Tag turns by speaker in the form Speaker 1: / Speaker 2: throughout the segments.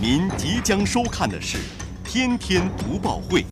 Speaker 1: 您即将收看的是《天天读报会》。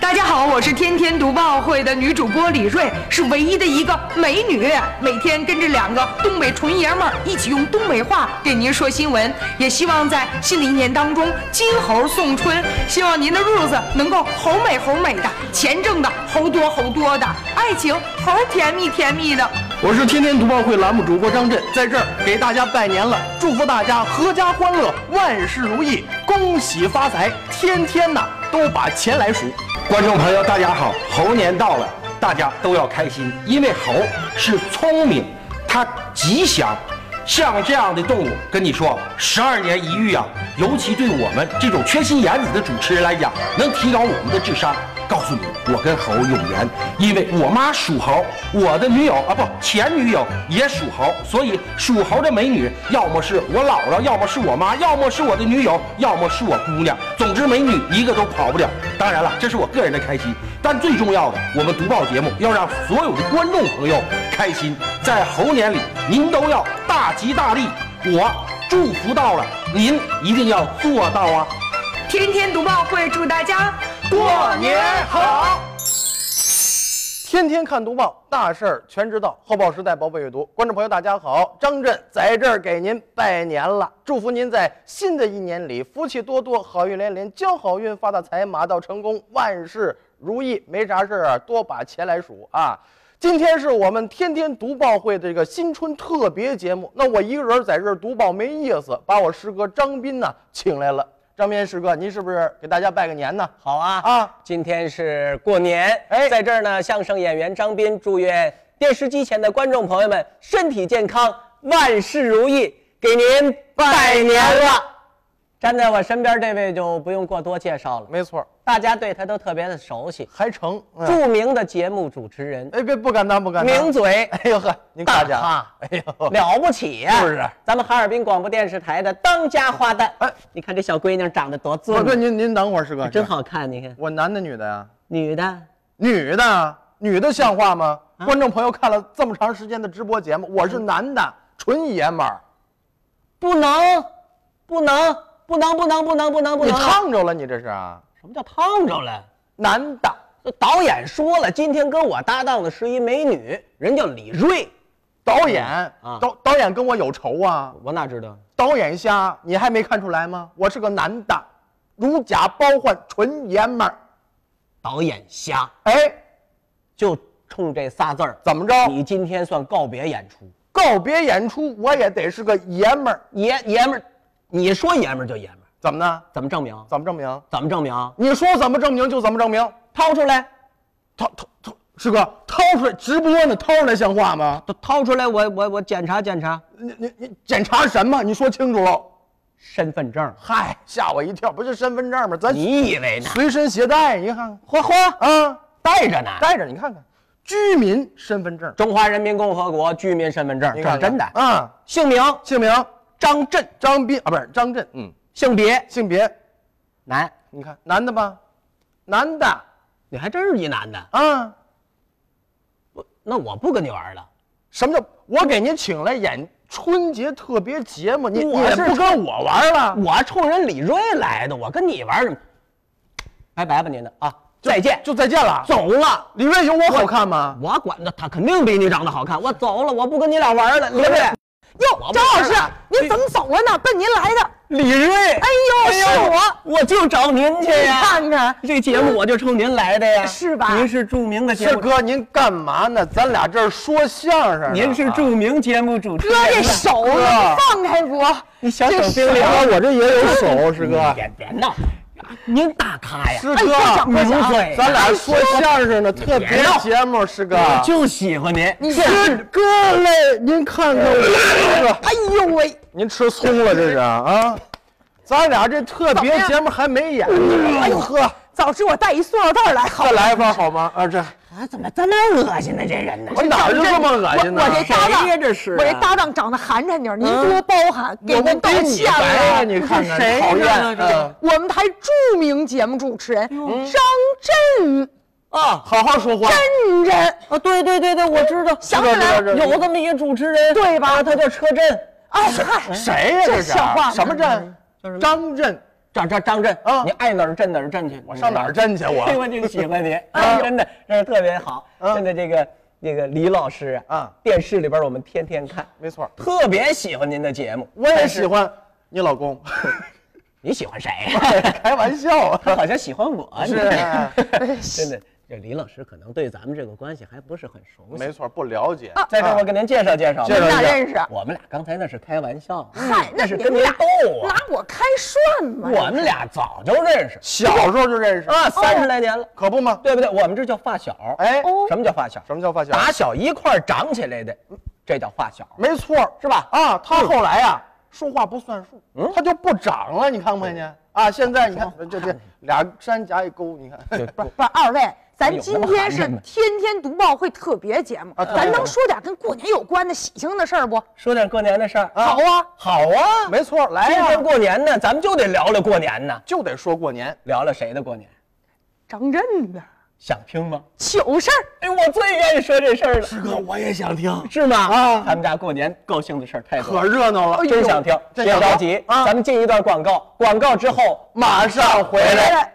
Speaker 2: 大家好，我是天天读报会的女主播李锐，是唯一的一个美女，每天跟着两个东北纯爷们儿一起用东北话给您说新闻，也希望在新的一年当中金猴送春，希望您的日子能够猴美猴美的，钱挣的猴多猴多的，爱情猴甜蜜甜蜜的。
Speaker 3: 我是天天读报会栏目主播张震，在这儿给大家拜年了，祝福大家阖家欢乐，万事如意，恭喜发财，天天呐都把钱来数。观众朋友，大家好，猴年到了，大家都要开心，因为猴是聪明，它吉祥。像这样的动物，跟你说，十二年一遇啊，尤其对我们这种缺心眼子的主持人来讲，能提高我们的智商。告诉你，我跟猴有缘，因为我妈属猴，我的女友啊不前女友也属猴，所以属猴的美女，要么是我姥姥，要么是我妈，要么是我的女友，要么是我姑娘。总之，美女一个都跑不了。当然了，这是我个人的开心，但最重要的，我们读报节目要让所有的观众朋友开心，在猴年里，您都要大吉大利。我祝福到了，您一定要做到啊！
Speaker 2: 天天读报会祝大家
Speaker 3: 过年好。
Speaker 4: 天天看读报，大事儿全知道。后报时代，宝贝阅读。观众朋友，大家好，张震在这儿给您拜年了，祝福您在新的一年里福气多多，好运连连，交好运，发大财，马到成功，万事如意。没啥事儿啊，多把钱来数啊。今天是我们天天读报会的这个新春特别节目，那我一个人在这儿读报没意思，把我师哥张斌呢请来了。张斌师哥，您是不是给大家拜个年呢？
Speaker 5: 好啊
Speaker 4: 啊
Speaker 5: 今天是过年，
Speaker 4: 哎
Speaker 5: 在这儿呢，相声演员张斌祝愿电视机前的观众朋友们身体健康，万事如意，给您拜年了。站在我身边这位就不用过多介绍了，
Speaker 4: 没错儿，
Speaker 5: 大家对他都特别的熟悉，
Speaker 4: 还成。嗯
Speaker 5: 著名的节目主持人，
Speaker 4: 哎，别不敢当，不敢当。
Speaker 5: 名嘴，
Speaker 4: 哎呦呵，您
Speaker 5: 大
Speaker 4: 夸奖，
Speaker 5: 咖，
Speaker 4: 哎呦，
Speaker 5: 了不起呀、
Speaker 4: 是不是？
Speaker 5: 咱们哈尔滨广播电视台的当家花旦，
Speaker 4: 哎
Speaker 5: 你看这小闺女长得多俊
Speaker 4: 我
Speaker 5: 啊，
Speaker 4: 跟您您等会儿，师哥，
Speaker 5: 真好看，你看
Speaker 4: 我男的女的呀？
Speaker 5: 女的。
Speaker 4: 女的，啊女的像话吗？
Speaker 5: 啊
Speaker 4: 观众朋友看了这么长时间的直播节目，我是男的，纯爷们儿，
Speaker 5: 不能，不能，不能，不能，不能，不能，不
Speaker 4: 你
Speaker 5: 能！
Speaker 4: 烫着了，你这是啊？
Speaker 5: 什么叫烫着了？
Speaker 4: 男的，
Speaker 5: 导演说了，今天跟我搭档的是一美女，人叫李锐。
Speaker 4: 导演
Speaker 5: 啊
Speaker 4: 导导演跟我有仇啊？
Speaker 5: 我哪知道？
Speaker 4: 导演瞎，你还没看出来吗？我是个男的，如假包换，纯爷们儿。
Speaker 5: 导演瞎，
Speaker 4: 哎，
Speaker 5: 就冲这仨字儿，
Speaker 4: 怎么着？
Speaker 5: 你今天算告别演出。
Speaker 4: 告别演出，我也得是个爷们儿，
Speaker 5: 爷爷们儿，你说爷们儿就爷们儿，
Speaker 4: 怎么呢？
Speaker 5: 怎么证明？
Speaker 4: 怎么证明？
Speaker 5: 怎么证明？
Speaker 4: 你说怎么证明就怎么证明。
Speaker 5: 掏出来，
Speaker 4: 掏掏掏，师哥掏出来直播呢，掏出来像话吗？
Speaker 5: 掏掏出来，我我我检查检查
Speaker 4: 你你你检查什么？你说清楚喽。
Speaker 5: 身份证。
Speaker 4: 嗨，吓我一跳，不就身份证吗？咱
Speaker 5: 你以为呢？
Speaker 4: 随身携带，你看
Speaker 5: 嚯嚯，
Speaker 4: 看啊，
Speaker 5: 带着呢。
Speaker 4: 带着你看看，居民身份证，
Speaker 5: 中华人民共和国居民身份证，
Speaker 4: 你
Speaker 5: 这
Speaker 4: 看
Speaker 5: 是
Speaker 4: 看
Speaker 5: 真的。
Speaker 4: 啊。
Speaker 5: 姓名
Speaker 4: 姓名
Speaker 5: 张震，
Speaker 4: 张斌啊，不是张震，嗯，
Speaker 5: 性别
Speaker 4: 性别，
Speaker 5: 男，
Speaker 4: 你看男的吧，男的
Speaker 5: 你还真是一男的。
Speaker 4: 啊。
Speaker 5: 我那我不跟你玩了，
Speaker 4: 什么叫我给您请来演春节特别节目？你你
Speaker 5: 我
Speaker 4: 也
Speaker 5: 是
Speaker 4: 不跟我玩了？
Speaker 5: 我冲人李锐来的，我跟你玩什么？拜拜吧您的啊，再见，
Speaker 4: 就再见了。
Speaker 5: 走了。
Speaker 4: 李锐有我好看吗？
Speaker 5: 我管他，他肯定比你长得好看。我走了，我不跟你俩玩了，李锐。哟，张老师，您怎么走了呢？奔您来的。啊李锐，哎
Speaker 2: 呦是
Speaker 5: 我，我就找您去呀。
Speaker 2: 看看
Speaker 5: 这节目我就冲您来的呀，
Speaker 2: 是吧
Speaker 5: 您是著名的节
Speaker 4: 师
Speaker 5: 目，
Speaker 4: 哥，您干嘛呢？咱俩这儿说相声啊呢。
Speaker 5: 您是著名节目主持
Speaker 2: 哥
Speaker 5: 人呢。
Speaker 2: 这手啊，放开我。
Speaker 5: 你小手啊
Speaker 4: 师哥，
Speaker 5: 冰凉，
Speaker 4: 啊我这也有手，师哥。
Speaker 5: 别别闹，您大咖哎呀，
Speaker 4: 师
Speaker 2: 哎
Speaker 4: 哥嗯
Speaker 2: 我，想
Speaker 5: 名
Speaker 2: 我想
Speaker 5: 嘴，
Speaker 4: 咱俩啊说相声呢，特别
Speaker 5: 别闹
Speaker 4: 节目，师哥。
Speaker 5: 我哎就喜欢您。啊
Speaker 4: 师哥嘞，您看看我，师哥，
Speaker 2: 哎呦喂，
Speaker 4: 您吃葱了这是啊？咱俩这特别节目还没演呢，哎呦呵，
Speaker 6: 早知我带一塑料袋来好
Speaker 4: 再。来一份好吗？啊，这
Speaker 6: 啊，怎么这么恶心呢？这人呢？
Speaker 4: 我哪儿就这么
Speaker 5: 哎
Speaker 4: 恶心呢？
Speaker 5: 啊
Speaker 6: 我这搭档
Speaker 5: 谁呀这是啊嗯
Speaker 6: 我这搭档长得寒碜点儿，您多包涵，给
Speaker 4: 我
Speaker 6: 您
Speaker 4: 们
Speaker 6: 道
Speaker 4: 比你
Speaker 6: 歉
Speaker 3: 哎
Speaker 4: 白啊！
Speaker 6: 了。
Speaker 4: 你看看，
Speaker 5: 谁
Speaker 4: 讨
Speaker 5: 呢
Speaker 4: 厌
Speaker 5: 这
Speaker 4: 嗯
Speaker 6: 我们台著名节目主持人张震
Speaker 5: 啊
Speaker 4: 好好说话。
Speaker 6: 震震，哎
Speaker 5: 啊，对对对对，我知道，
Speaker 6: 想起来了
Speaker 5: 有这么一个主持人，
Speaker 6: 对吧
Speaker 5: 啊他叫车震，
Speaker 4: 啊
Speaker 5: 啊
Speaker 6: 哎嗨，
Speaker 4: 谁呀？
Speaker 3: 啊
Speaker 4: 这是
Speaker 6: 这像话吗
Speaker 4: 什么镇？张震，
Speaker 5: 张张张震
Speaker 4: 啊
Speaker 5: 你爱哪儿震哪儿震去，我
Speaker 4: 上哪儿？震去？我 啊
Speaker 5: 哎，我就喜欢你，真的，这是特别好，真的这个。这个李老师
Speaker 4: 啊，
Speaker 5: 电视里边我们天天看，
Speaker 4: 没错，
Speaker 5: 特别喜欢您的节目。
Speaker 4: 我也喜欢你老公，
Speaker 5: 你喜欢谁？
Speaker 4: 开玩笑啊。
Speaker 5: 他好像喜欢我，你
Speaker 4: 是哎
Speaker 5: 真的。这李老师可能对咱们这个关系还不是很熟悉，啊
Speaker 4: 没错，不啊了解。
Speaker 5: 在这儿我给您介绍介绍，
Speaker 4: 介绍
Speaker 6: 你
Speaker 4: 一下
Speaker 6: 俩认识？
Speaker 5: 我们俩刚才那是开玩笑，嗯
Speaker 6: 嗨，
Speaker 5: 那
Speaker 6: 那
Speaker 5: 是
Speaker 6: 你
Speaker 5: 跟
Speaker 6: 们
Speaker 5: 您
Speaker 6: 俩
Speaker 5: 逗啊
Speaker 6: 拿。我开涮吗？
Speaker 5: 我们俩早就认识
Speaker 4: 小时候就认识
Speaker 5: 啊，三十来年了，
Speaker 4: 可不吗？
Speaker 5: 对不对？我们这叫发小。
Speaker 4: 哎，
Speaker 6: 哦
Speaker 5: 什么叫发小？
Speaker 4: 什么叫发小？
Speaker 5: 打小一块儿长起来的，这叫发小。
Speaker 4: 没错，
Speaker 5: 是吧
Speaker 4: 啊，他后来呀，说话不算数，
Speaker 5: 嗯
Speaker 4: 他就不长了，你看没看见？啊，现在你看，这这俩山夹一沟，你看，
Speaker 6: 不是不是，二位，咱今天是
Speaker 5: 哎有那么寒碜吗啊
Speaker 6: 天天读报会特别节目，
Speaker 4: 啊特别节
Speaker 6: 咱
Speaker 4: 目
Speaker 6: 能说点跟过年有关的喜庆的事儿不？
Speaker 5: 说点过年的事儿，
Speaker 4: 啊
Speaker 6: 好啊，
Speaker 5: 好啊。
Speaker 4: 没错，来
Speaker 5: 今
Speaker 4: 呀
Speaker 5: 天，过年呢，咱们就得聊聊过年呢，
Speaker 4: 就得说过年，
Speaker 5: 聊聊谁的过年？
Speaker 6: 张震呢？
Speaker 5: 想听吗？
Speaker 6: 糗事儿，
Speaker 5: 哎，我最愿意说这事儿了。师哥，我也想听，是吗？
Speaker 4: 啊
Speaker 5: 他们家过年高兴的事儿太多
Speaker 4: 可
Speaker 5: 了，
Speaker 4: 热闹了，
Speaker 5: 真想听。
Speaker 4: 哎真
Speaker 5: 别
Speaker 4: 想
Speaker 5: 着
Speaker 4: 听
Speaker 5: 急，
Speaker 4: 啊
Speaker 5: 咱们进一段广告，广告之后
Speaker 4: 马上回来。